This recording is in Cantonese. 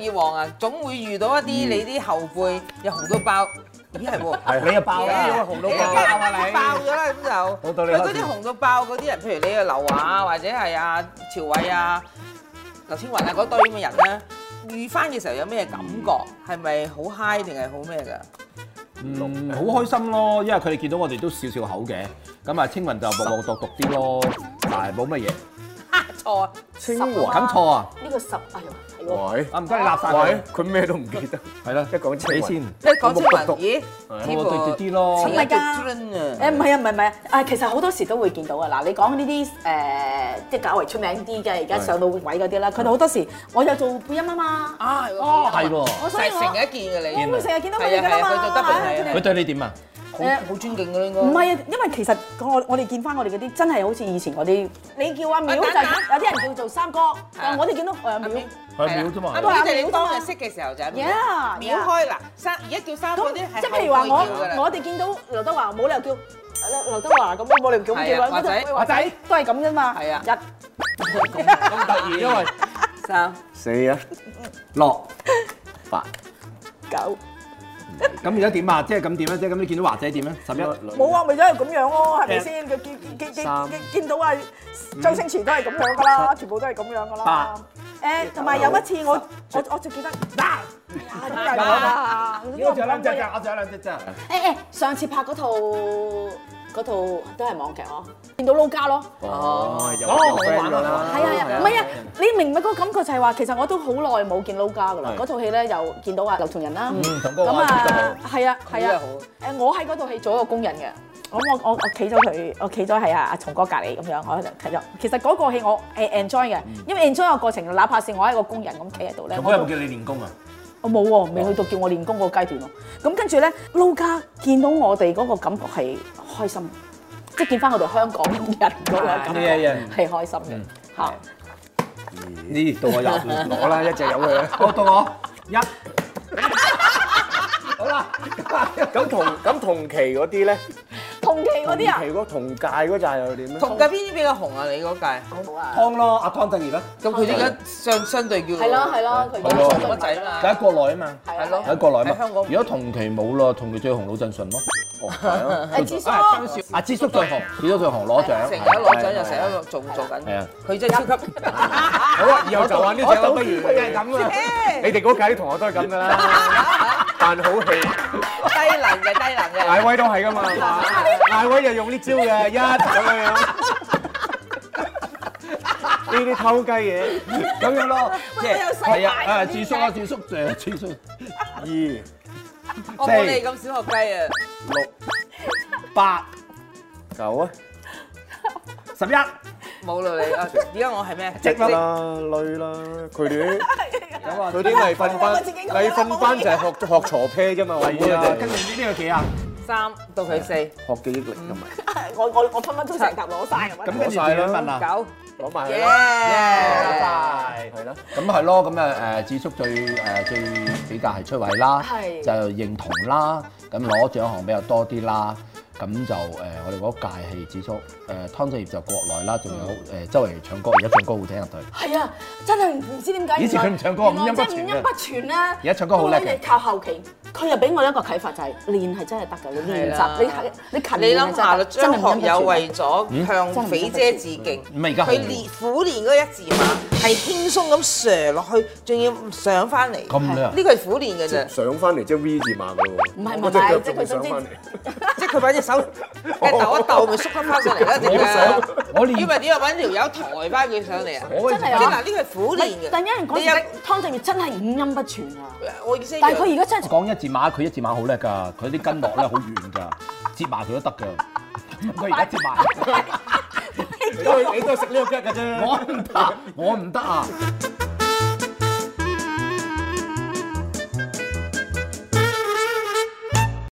以往啊，總會遇到一啲你啲後輩又紅到爆，咦係喎。啊係你又爆啦，你紅你到爆啊你！爆咗啦，咁就好道理佢開嗰始啲紅到爆嗰啲人，譬如你啊劉華啊，或者係啊朝偉啊、劉天雲啊嗰堆咁嘅人咧，遇翻嘅時候有咩感覺？係咪好 high 定係好咩㗎？嗯，好開心咯，因為佢哋見到我哋都笑笑口嘅，咁啊青雲就木木獨獨啲咯，但係冇乜嘢。啊錯啊！清哇咁錯啊！呢個十，哎呀，係喎喂，啊唔該你立晒喂佢，，佢咩都唔記得，係啦一，講你車先先，，你講清雲，咦？我哦對住啲咯唔。係㗎㗎誒唔係啊，唔係唔係啊，啊其實好多時都會見到啊！嗱，你講呢啲誒即係較為出名啲嘅，而家上到位嗰啲啦，佢哋好多時我有做配音啊嘛，啊係喎哦，係喎，我所以成我日見嘅你，我會成日見到佢係哋啊㗎啦係啊嘛，佢就得係啊佢佢對你點啊？哋好好尊敬嘅應該。唔係啊，因為其實我我哋見翻我哋嗰啲真係好似以前嗰啲，你叫阿淼就有等等啲人叫做三哥，但我哋見到我阿阿淼淼，係秒啫嘛阿淼就係你當日識嘅時候就係淼 Yeah，秒 yeah 開嗱三，而家叫三嗰咁啲係即係譬如話後輩叫㗎啦我我哋見到劉德華冇理由叫劉德華咁，冇理由咁係啊叫華仔華仔都係咁啫嘛，係啊日咁突然，因為三四啊，落。九。 咁而家點啊？即係咁點咧？即係咁你見到華仔點咧？十一冇啊，咪真係咁樣咯，係咪先？佢見見見三見見到啊，周星馳都係咁樣噶啦，全部都係咁樣噶啦八。誒，同埋有一次我我我最記得，嗱， 哎呀點解我咁仲有樣兩隻嘅咋，我仲有兩隻咋。誒誒，上次拍嗰套嗰套都係網劇哦，見到撈家咯。哦，有有哦好 friend 玩啊㗎啦，係啊係啊，唔係啊，你明唔明個感覺就係話，其實我都好耐冇見撈家噶啦。係嗰套戲咧又見到啊劉松仁啦，同嗰個咁話得啊好係啊係真係啊好，誒我喺嗰套戲做一個工人嘅。咁我我我企咗佢，我企咗喺阿阿松哥隔離咁樣，我喺度睇咗。其實嗰個戲我誒 enjoy 嘅，因為 enjoy 個過程，哪怕是我係一個工人咁企喺度咧，同我嗰有都冇叫你練功啊？我冇喎，未去到叫我練功嗰個階段咯。咁跟住咧，撈家見到我哋嗰個感覺係開心，即係見翻我哋香港人嗰個感係係覺係開心嘅嚇。呢度 我有攞攞啦，一隻有佢啦。我到我 一。好啦，咁同咁同期嗰啲咧，同期嗰同期啲啊，嗰同屆嗰陣又點咧？同屆邊啲比較紅啊？你嗰屆好啊，湯咯，阿湯鎮業啦，咁佢啲而家相相對叫係咯係咯，佢係咯相對乜仔啦嘛佢喺國內啊嘛，係咯喺國內啊喺嘛香港。如果同期冇咯，同期最紅魯振順咯。哦，係咯，誒智叔，阿支叔最紅，支叔最紅攞獎成。日攞獎係又成日都做做緊係啊，佢真係 超級好啊，以後就玩呢隻啦，不如佢係咁啊。你哋嗰屆啲同學都係咁噶啦，扮好戲，低能嘅低能嘅。艾威都係噶嘛，艾威就用呢招嘅，一咁樣樣。呢啲偷雞嘢，咁樣咯，即喂 Dạ. 有細係啊，牌啊，智叔啊，智叔誒，智叔二我冇你咁小學雞啊！八九啊，十一，冇啦你啊！而家我係咩？積啦，累啦，佢哋咁啊佢啲咪訓班，咪訓班就係學學坐啤啫嘛，係係啊，跟啊，住呢呢個幾啊？三到佢四學記憶力咁咪我我我分分鐘成沓攞晒咁咁樣。跟住自己問啊，九，攞埋 Dạ. 佢啦，耶！拜。係啦，咁係咯，咁啊誒，智叔最誒最比較係出位啦，係就認同啦，咁攞獎項比較多啲啦，咁就誒我哋嗰屆係智叔誒湯鎮業就國內啦，仲有誒周圍唱歌，而家唱歌好聽入隊，係啊，真係唔知點解。以前佢唔唱歌五音不全嘅啊原來真係五音不全啊咧。而家唱歌好叻嘅靠後期，佢又俾我一個啟發，就係練係真係得㗎，你係練啦啊習，你係你勤你練係諗真下啦，係得真係五音張不學友全為咗向肥姐致敬，嗯唔係而家好佢練苦練嗰一字馬係輕鬆咁射落去，仲要上翻嚟，咁叻啊呢個係苦練嘅啫，上翻嚟即係 V 字馬嘅喎，啊唔係唔係我隻腳即係仲佢未總上之翻嚟，即係佢把隻 哦手一抖一抖，咪縮翻翻上嚟啦，隻我腳手。我練以為你又揾條友抬翻佢上嚟啊？我真係即係啊嗱，呢個係苦練嘅。突然間講你有起湯鎮業真係五音不全啊！我意思，但係佢而家真係講一字馬，佢一字馬好叻㗎，佢啲跟落咧好遠㗎，接埋佢都得㗎，佢而家接埋，你都係你都係食呢個腳嘅啫。我唔得，我唔得啊！